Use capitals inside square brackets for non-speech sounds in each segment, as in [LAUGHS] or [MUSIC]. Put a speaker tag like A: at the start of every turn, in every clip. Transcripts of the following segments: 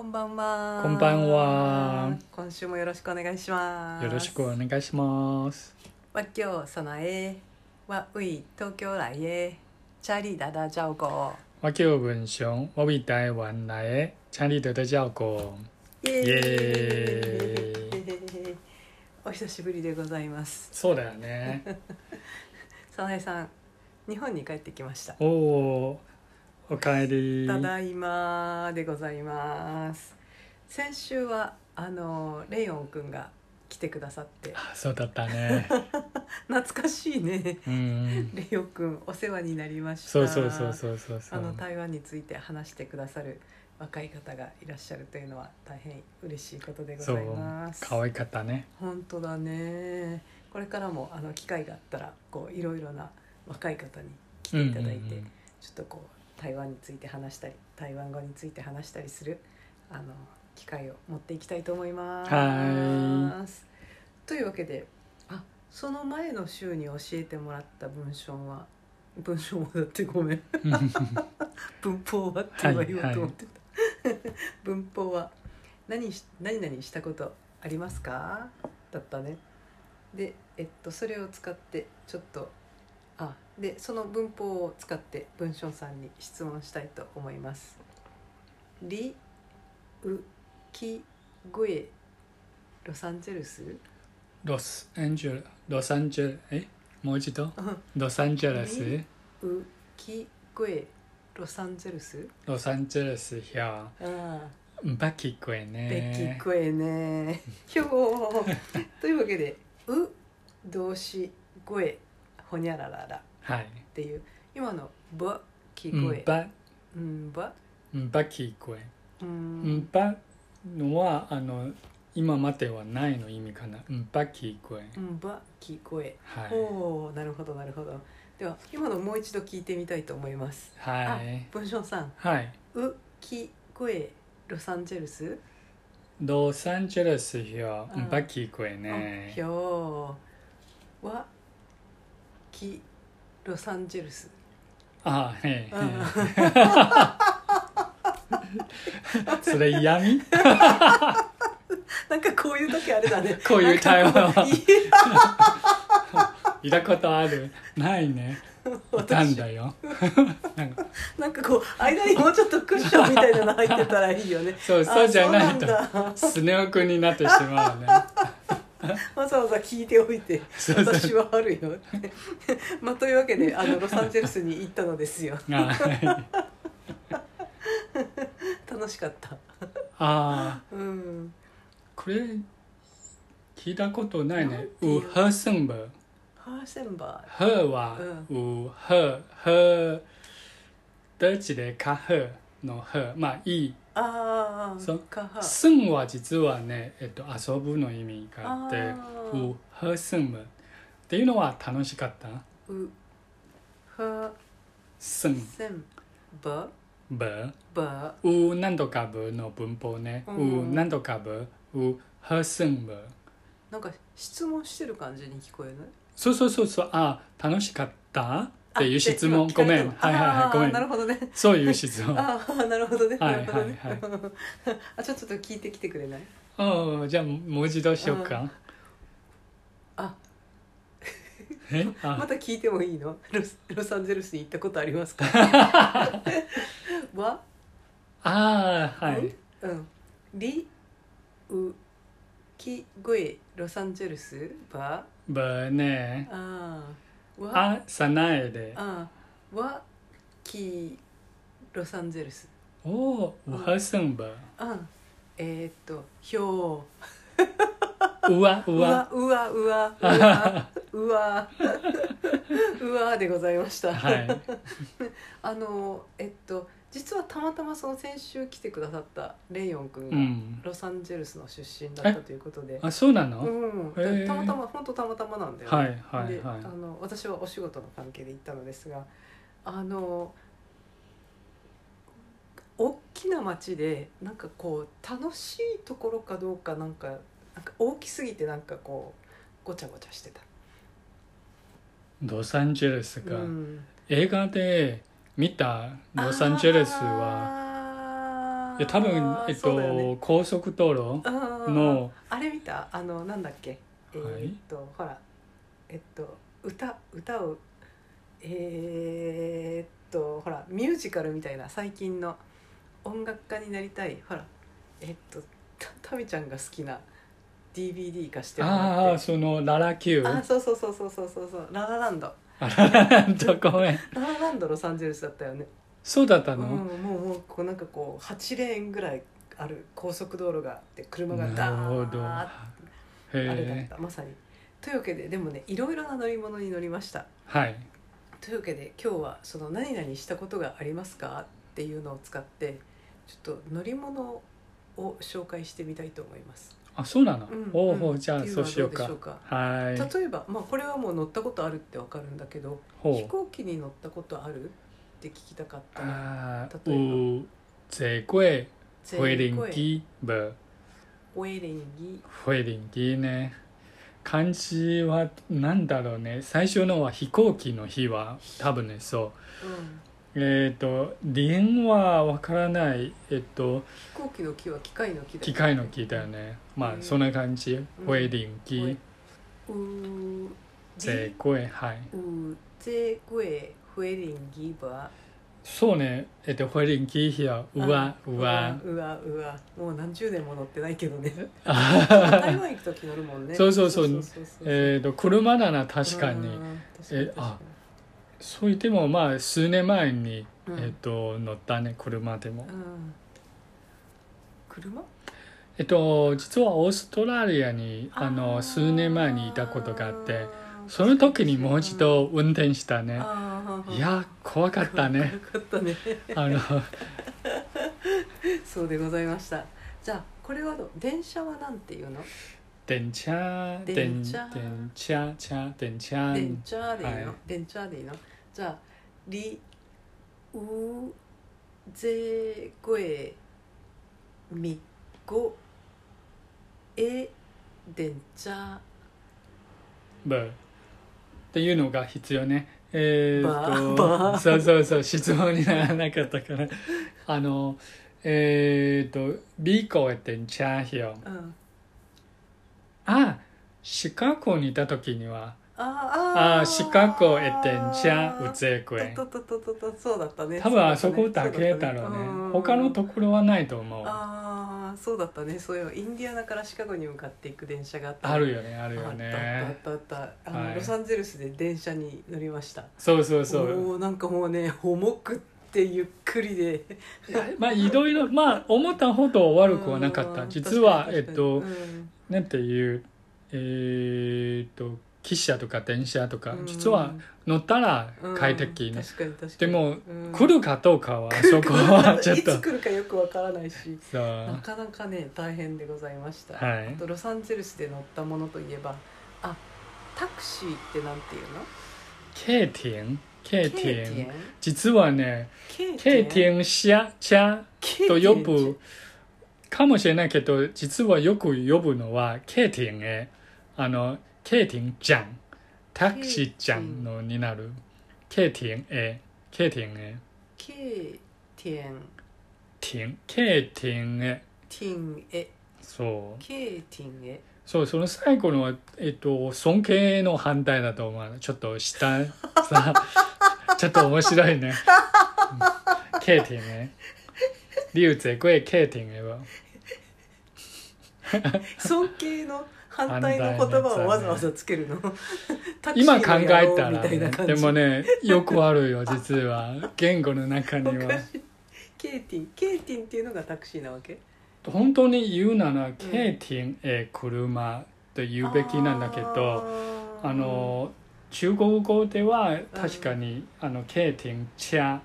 A: んばんは。
B: こんばんは。
A: 今週もよろしくお願いします。
B: よろしくお願いします。
A: わっきょうさなえ。わうい東京来へ。チャリダダジャオゴ。
B: 我叫文雄，我为台湾来的，千里得的教工。
A: イ
B: イ
A: エ
B: エ
A: ーイ。お久しぶりでございます。
B: そうだよね。
A: さなえさん。日本に帰ってきました。
B: お [LAUGHS] お、おかえり。
A: ただいまでございます。先週は、あの、レイオンくんが。来てくださって
B: あそうだっ
A: [LAUGHS]
B: たね。
A: 懐かしいね
B: うん。
A: レイオンくんお世話になりました
B: そうそうそうそうそうそ
A: あの
B: う。
A: 台湾について話してくださる若い方がいらっしゃるというのは大変嬉しいことでござ
B: そう
A: います。
B: 可愛かったね。
A: 本当だね。これからもあの機会があったらこういろいろな若い方に来ていただいて、
B: うんうんうん
A: ちょっとこう台湾について話したり、台湾語について話したりするあの機会を持っていきたいと思います。
B: は
A: というわけで、あその前の週に教えてもらった文章は文章もだってご [LAUGHS] めん。文法はって言わ言おうと思ってた、文法は何し何々したことありますかだったねで、えっと、それを使ってちょっとあでその文法を使って文章さんに質問したいと思います。りうきぐえロサンゼルス [LAUGHS]
B: ロスエンジェル、ロサンゼル、え、もう一度。ロサンゼルス
A: え、うきぐえロサンゼルス
B: ロサンゼルスや。
A: ああ
B: バキクエ
A: ベッキー
B: ね。
A: 声ね。ひょー。というわけで、う、動詞、声、ほにゃらららっ
B: はい。
A: ていう、今の、ば、き
B: うん
A: 声、
B: ば、
A: うん、ば、
B: うんばきクエ。
A: う
B: うん
A: ん、
B: ばのはあの今まではないの意味かな。うんばき声。
A: うん、ば、き声。
B: はい。
A: おー、なるほど、なるほど。では、今のもう一度聞いてみたいと思います。
B: は
A: あ
B: い。
A: 文章さん、
B: はい。
A: う、き声、ロサンゼルス、
B: ロサンゼルスよ。
A: うん
B: バキ声
A: あひ
B: ね。
A: ょー。わ、き、ロサンゼルス。
B: あ、へ
A: うん
B: それ闇？
A: なんかこういう時あれだね。
B: こういう台湾
A: [LAUGHS] なんかこういや
B: いたことある？ないね。いたんだよ。なんか
A: なんかこう間にもうちょっとクッションみたいなの入ってたらいいよね。
B: そう
A: あ
B: そうじゃない
A: そ
B: と
A: うなんだ
B: スネ夫君になってしまうね。
A: わざわざ聞いておいて
B: そうそう
A: 私はあるよって。 [LAUGHS] まあというわけであのロサンゼルスに行ったのですよ。
B: はい
A: 楽しかった。
B: ああ。
A: うん。
B: これ聞いたことない
A: なん
B: ね。
A: ていう
B: ウハスンバー。
A: ハーセンバ
B: ハはウハハ。どっちでカハのハ。まあいい。
A: ー。ああ。
B: そう
A: かは。
B: スンは実はね、えっと遊ぶの意味があっ
A: あ
B: て、
A: ー
B: ウハスンバー。っていうのは楽しかった。
A: う。ハ
B: スン
A: ーセンバ
B: バー。
A: バ。
B: ウ何度かブの文法ね。
A: うん
B: ウ何度かブ。ウハスンバー。
A: なんか質問してる感じに聞こえない。
B: そうそうそうそう。あ、楽しかったっ
A: あ
B: ていう質問。
A: で
B: ご
A: 今聞かれ
B: め
A: た
B: ん。
A: の
B: はいはい
A: あ
B: はい。
A: ー
B: ごめん
A: な。るほどね。
B: そういう質問。あ
A: ああなるほどね。
B: は
A: ないるほどね
B: はいはい。
A: [LAUGHS] あじゃあちょっと聞いてきてくれない。
B: あ、じゃあもう一度しようか。
A: あ
B: え
A: ま
B: あ、
A: た聞いてもいいの？ロスロサンゼルスに行ったことあります
B: [LAUGHS]
A: か？は
B: あー、は
A: うん
B: い。
A: うんリウキゴエロサンゼルスは
B: ばね。
A: あーわ
B: あ、さないで。
A: あーわきロサンゼルス
B: おお、
A: うん
B: 我和胜吧。
A: うんえー、っとひょ
B: うわ、
A: う
B: う
A: う
B: わ。
A: わうわうわう
B: [LAUGHS]
A: わうわうわでございました。
B: はい。
A: あのえっと実はたまたまその先週来てくださったレイオン君
B: う
A: が、
B: ん。
A: ロサンゼルスの出身だったということで、
B: あ、そうな
A: う
B: の
A: ん、
B: へえ
A: たまたま本当たまたまなんだよね、
B: はい、はい、
A: であ
B: は
A: の私はお仕事の関係で行ったのですがあの大きな町でなんかこう楽しいところかどうかなんかなんか大きすぎてなんかこうごちゃごちゃしてた、
B: い。ロサンゼルス
A: う
B: か。
A: ん、
B: 映画で見たロサンゼルス
A: ああ
B: は、
A: ー
B: いや多分、えっ
A: そ
B: と
A: うだよね
B: 高速道路
A: あー
B: の
A: あれ見たあのなんだっけえ
B: はい
A: ーっと、ほらえっと歌歌をえーっとほらミュージカルみたいな最近の音楽家になりたいほらえっとたタミちゃんが好きな DVD 化しても
B: あ
A: ら
B: あ
A: って
B: そのララ Q
A: あーそうそうそうそうそうそうそうララランド
B: あララとごめん
A: ララランドロサンゼルスだったよね
B: そうだった
A: うん、
B: の、
A: もうもうこうなんかこう8レーンぐらいある高速道路があって車が
B: な
A: ダ
B: るほ
A: ー
B: ど
A: ッ
B: へ
A: あれだっ
B: え
A: たまさにというわけででもねいろいろな乗り物に乗りました
B: はい
A: というわけで今日はその何々したことがありますかっていうのを使ってちょっと乗り物を紹介してみたいと思います、
B: あそうなの、
A: うん
B: おお、
A: ん
B: じゃ
A: っ
B: あ
A: てい
B: そうしよう
A: のは
B: か
A: どでしょう
B: はい
A: 例えば、まあ、これはもう乗ったことあるってわかるんだけど飛
B: ほう
A: 行機に乗ったことあるって聞きたかったな
B: あ
A: 例えば
B: う这贵回
A: 全
B: 林
A: 国へ
B: 机不
A: ウェリンギ
B: 回林機ね漢字はなんだろうね最初のは飛行機の日は多分ねそう
A: うん、
B: えっ、と輪はわからないえっと
A: 飛行機の木は機械の木だよね
B: 機械の木だよねま
A: う
B: あ
A: ん
B: そんな感じ
A: うん
B: 回林機
A: うー
B: 这贵はいう
A: ぜえふえりんぎば
B: そうねえっと回林機日はうわうわ
A: うわうわもう何十年も乗ってないけどね
B: あ
A: 台湾行く時乗るもんね
B: そうそうそう
A: そうそう
B: [LAUGHS] えっと車なら確か
A: う
B: に
A: ん確かに
B: え
A: 確か
B: そう言ってもまあ数年前に
A: にうん
B: えっと乗ったね車でも
A: うん車
B: えっと実はオーストラリアにあ
A: ー
B: の数年前にいたことがあってその時にもう一度運転した
A: うん
B: ね
A: あー
B: いや怖かった
A: [LAUGHS]
B: ね
A: よかったね
B: あの
A: そうでございましたじゃあこれはどう電車はなんていうの
B: 電車
A: 電
B: 電
A: 車
B: 電車車電車
A: 電車でいい
B: は
A: の
B: い
A: 電車でいいのじゃありうぜごえみごえ電車
B: ブーっていうのが必要ねえー、っ
A: バー
B: とそうそうそう質問にならなかったからあのえー、っとビーコへ電車よ
A: うん
B: あシカゴにいた時には
A: あー
B: あーシカゴへ電車うぜくえ
A: とととととそうだったね
B: 多分あそこだけだろうね他の
A: と
B: ところはないと思うあ
A: ああそうだったねそういえばインディアナからシカゴに向かっていく電車があった
B: るよねあるよ
A: あっ
B: ね
A: たあったあったあの、
B: はい
A: ロサンゼルスで電車に乗りました
B: そうそうそう
A: もうなんかもうね重くってゆっくりで
B: いやまあいろいろまあ思ったほど悪くはなかっ
A: う
B: た
A: ん
B: 実はえ
A: 確かに
B: っと
A: 確かにうん
B: なんていうえーっと汽車とか電車とか
A: うん
B: 実は乗ったら
A: うん
B: 快適ね
A: 確かに確かに
B: でも
A: うん
B: 来るかどうかはそこはちょっ
A: い
B: と
A: つ来るかよくわからないし
B: そう
A: なかなかね大変でございました、
B: は
A: あ
B: い
A: とロサンゼルスで乗ったものといえばあタクシーってなんていうの
B: K 点 K 点
A: 軽
B: 実はね K
A: 点
B: 点車車と呼ぶかもしれないけど実はよく呼ぶのは K 点へあの K 点ちゃんタクシーちゃんのになる K 点へ K 点へ
A: 軽点
B: 点 K 点へ
A: 点へ
B: そう
A: 軽点へ
B: そうその最後のは、えっと、尊敬の反対だと思うちょっと下 [LAUGHS] さちょっと面白いね K 点へ竜勢これ K 点へは
A: 尊敬の反対の言葉をわざわざつけ
B: [LAUGHS]
A: るの
B: 今考えた
A: み
B: ら
A: たい
B: ね、
A: な感じ
B: でもねよくあるよ実は言語の中には
A: ケイティンケイティンっていうのがタクシーなわけ
B: 本当に言うなら K 点へ車と言うべきなんだけどあの中国語では確かに、あの K 点車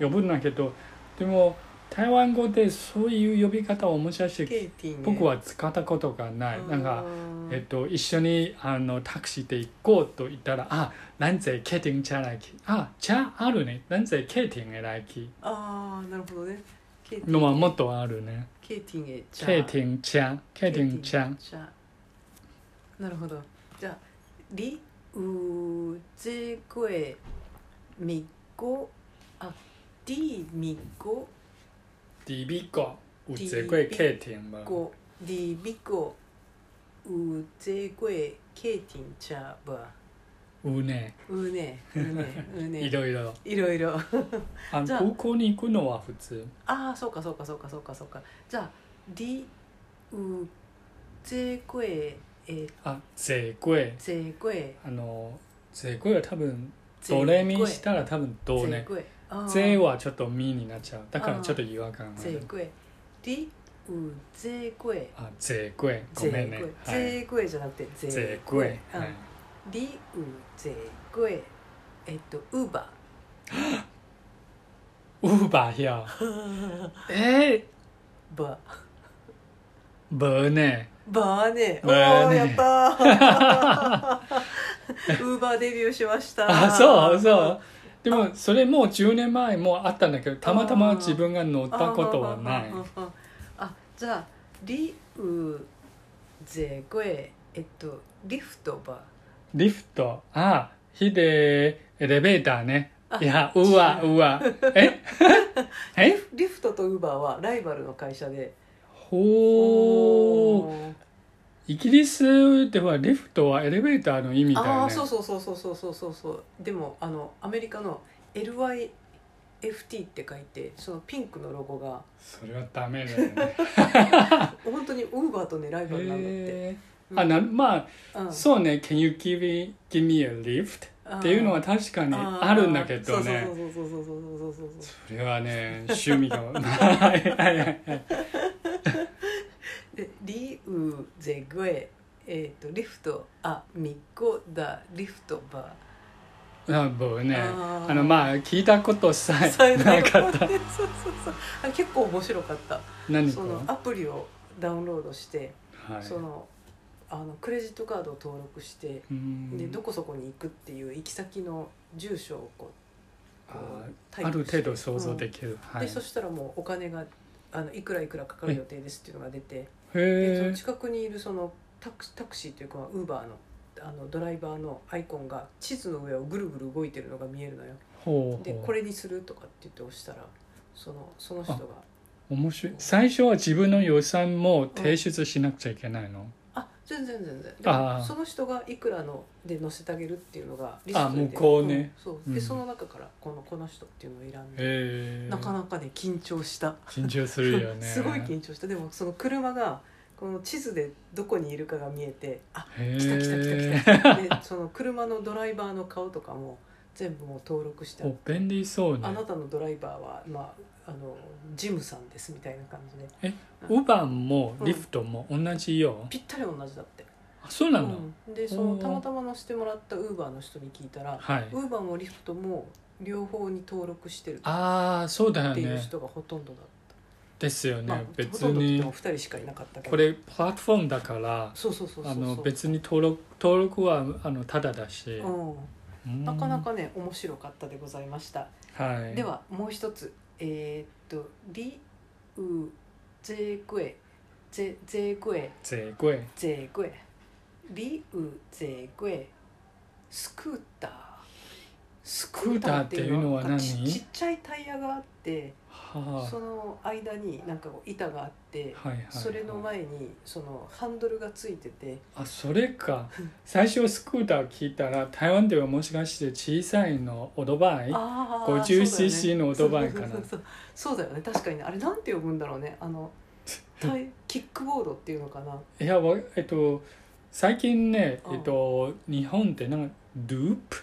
B: 呼ぶんだけどでも台湾語でそういう呼び方をもしかして
A: ケイティン
B: 僕は使ったことがないなんか、えっ
A: え
B: と、一緒にあのタクシーで行こうと言ったら「あなんぜケーティングじゃないき」「あじゃああるね」「なんぜケーティングえないき
A: あーなるほどねケイ」ティン
B: のはもっとあるね
A: ケイティンへ
B: 「ケーティングちゃん」「ケーティングちゃん」
A: じゃなるほどじゃあリウゼグエミゴあディミゴ
B: 「ディビコウゼクエケティンバ
A: こう Die Biko u ze gue ketin cha ba
B: ウネ
A: u ne u ne u
B: い
A: ne
B: ろいろ
A: [LAUGHS] いろいろ
B: あ
A: じゃあ
B: 空港に行くのは普通
A: ああそうかそうかそうかそうかそうかじゃあ Die u ze gue e
B: あゼクエ
A: ze gue
B: あのゼクエは多分ドレミしたら多分ドね
A: gue
B: ゼはちょっとミになっちゃうだからちょっと違和感あ
A: ze
B: る
A: gue Die u ze gue
B: あゼクエごめんねはい
A: ぜぐえじゃなくて
B: ゼ
A: ぜ
B: クエ
A: うん
B: はい
A: りうぜぐええっとウーバ
B: ウーバー
A: [LAUGHS]
B: やえ
A: ーバ
B: ーブーね
A: バーねおお
B: バーね
A: やったー
B: [LAUGHS]
A: ウーバーデビューしました
B: あそうそうでもそれもう10年前もうあったんだけどたまたま自分が乗ったことはない
A: ああじゃありうぜぐええっとリフトバ
B: リフトあヒデエレベーターね
A: あ
B: いやうわうわえ [LAUGHS] え
A: ーリフトとウーバーはライバルの会社で
B: ほう
A: ー
B: イギリスではリフトはエレベーターの意味だよね
A: ああーそうそうそうそうそうそうそうそうでもあのアメリカの LYFT って書いてそのピンクのロゴが
B: それはダメだ
A: [LAUGHS]
B: よね
A: 本当にウーバーとねライバルなんだって、
B: へ
A: う
B: ー
A: ん
B: あなまあ
A: うん
B: そうね「Can you give me, give me a lift?」っていうのは確かにあるんだけどね
A: あーそうそうそうそうそうそうそうそう
B: それはね趣味が
A: [LAUGHS]
B: はいはいはいはい
A: でリウゼグエえー、とリフトあミコダリフトバ
B: あ僕ね
A: あ
B: あ
A: ー
B: のまあ聞いたことさ
A: ーさ
B: え
A: え
B: な
A: っ
B: かった
A: そうそうそうあれ結構面白かった
B: 何か
A: そのアプリをダウンロードして、
B: はい
A: そのあのクレジットカードを登録して
B: うん
A: でどこそこに行くっていう行き先の住所をこうこ
B: あ
A: う
B: ーある程度想像
A: き
B: できる、はい
A: でそしたらもうお金があのいくらいくらかかる予定ですっていうのが出てでその
B: へ
A: 近くにいるそのタクタクシーというかウーバーのあのドライバーのアイコンが地図の上をぐるぐる動いてるのが見えるのよ
B: えほう
A: で
B: ほ
A: これにするとかって言って押したらそのその人が
B: う面白い最初は自分の予算も提出しなくちゃいけないの、
A: あ全然全然で
B: あ
A: も
B: ー
A: その人がいくらので載せてあげるっていうのがリ
B: あ向こうね、
A: うんそうで、
B: うん
A: その中からこのこの人っていうのを選んで
B: へえ
A: なかなかね緊張した、
B: 緊張するよ
A: [LAUGHS]
B: ね
A: すごい緊張したでもその車がこの地図でどこにいるかが見えてあ
B: へえ
A: 来た来た来た来たでその車のドライバーの顔とかも全部もう登録してあっ
B: お
A: て
B: 便利そうね
A: あなたのドライバーは、まあ、あのジムさんですみたいな感じで
B: ウーバーもリフトも同じよ、
A: ぴったり同じだって、
B: あそうなの、
A: うんでその
B: おー
A: たまたま乗せてもらったウーバーの人に聞いたら
B: はい
A: ウーバーもリフトも両方に登録してるっ
B: ああそうだよ
A: ていう
B: ね
A: 人がほとんどだっ
B: ですよ
A: た、
B: ね、
A: まあ、ほ
B: 別
A: とんどって言っても
B: に
A: 2人しかいなかったけど
B: これプラットフォームだから
A: そうそうそうそう
B: あ
A: そう
B: の別に登録登録はあのただだし、
A: う
B: うん
A: ん、なかなかね面白かったでございました、
B: はい
A: ではもう一つえーっと「リウゼグエゼゼグエ
B: 税込
A: ゼグエリウゼグエスクーター」ス
B: クーターっていうのは何
A: ちちっちゃいタイヤがあって
B: は
A: その間になんかこう板があって
B: あはいはいはい
A: それの前にそのハンドルがついてて
B: あそれか最初スクーター聞いたら台湾ではもしかして小さいのオートバイ
A: あー
B: 50cc のオートバイかな
A: そうそうそうそうそうだよね確かにねあれなんて呼ぶんだろうねあ
B: [LAUGHS]
A: のタイキックボードっていうのかない
B: やわえっと最近ね
A: うん
B: えっと日本ってなんかループ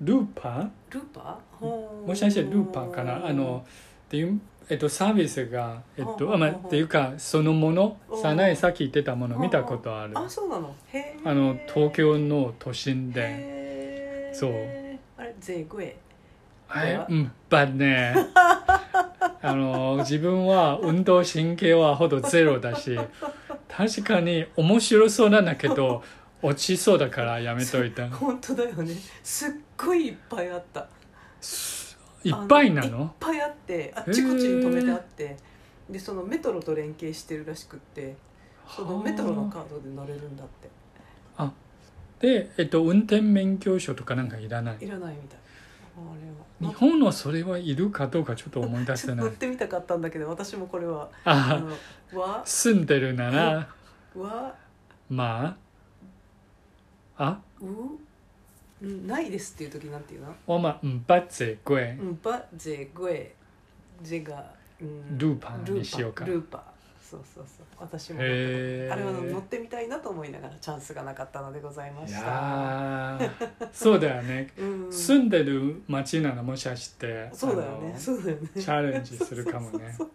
B: ルーパー
A: ルーパーほー
B: もしかしてルーパーかなあのっていう、えっと、サービスが、えっ
A: ほうほ
B: と
A: う
B: あまあ、
A: ほう
B: っていうかそのもの
A: おー
B: さないさっき言ってたもの見たことある
A: あそうなのへー
B: あの東京の都心で
A: へー
B: そう
A: あれ税グエ
B: はいうんばね [LAUGHS] あの自分は運動神経はほどゼロだし確かに面白そうなんだけど落ちそうだからやめとい
A: [LAUGHS]
B: た
A: 本当だよねすっごいいっぱいあった
B: いっぱいな
A: あいっ
B: の
A: ぱいあってあっちこっちに止めてあってでそのメトロと連携してるらしくってそのメトロのカードで乗れるんだって
B: で、えっと、運転免許証とかなんかいらない
A: いらないみたいれは
B: 日本はそれはいるかどうかちょっと思い出
A: ち
B: し
A: ょっ
B: て
A: と [LAUGHS]
B: な
A: 乗
B: い
A: っ。てみたかったんだけど私もこれはあ
B: あ
A: のわ
B: 住んでるなら、
A: わ
B: まあ、あ、
A: ううんないですっていう時なんていうの
B: 我们唔不这贵
A: う。んばぜぐえぜがうん
B: ルーパーにしようか。
A: ルーパールーパーそうそうそう私もあれ
B: へー
A: は乗ってみたいなと思いながらチャンスがなかったのでございま
B: い
A: した
B: やー [LAUGHS] そうだよね。
A: うん
B: 住んでる町ならもしかして、
A: そうだよね
B: あの
A: そうだよね
B: チャレンジするかもね
A: そうそうそう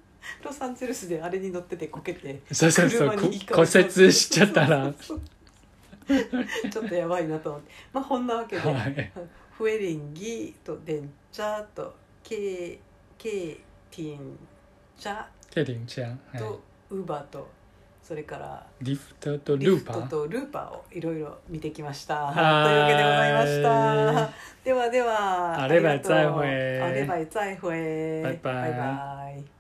A: ロサンゼルスであれに乗っててこけて
B: そうそうそう、
A: 車
B: こ
A: にいい顔
B: 骨折しちゃったら。
A: そうそうそうちょっとやばいなと思ってまあこんなわけで、
B: はい。
A: フエリンギとデンチャとケケティンチャ
B: ケリンちゃん。はい
A: とウバとそれから
B: リフトと
A: リ
B: ル
A: フ
B: ーパ
A: ト
B: ー。
A: とルーパーをいろいろ見てきました。という
B: い
A: わけでございました
B: は。
A: ではでは、
B: あれば
A: ありがとう
B: 再会
A: あれば再会
B: バイバイ
A: バイバイ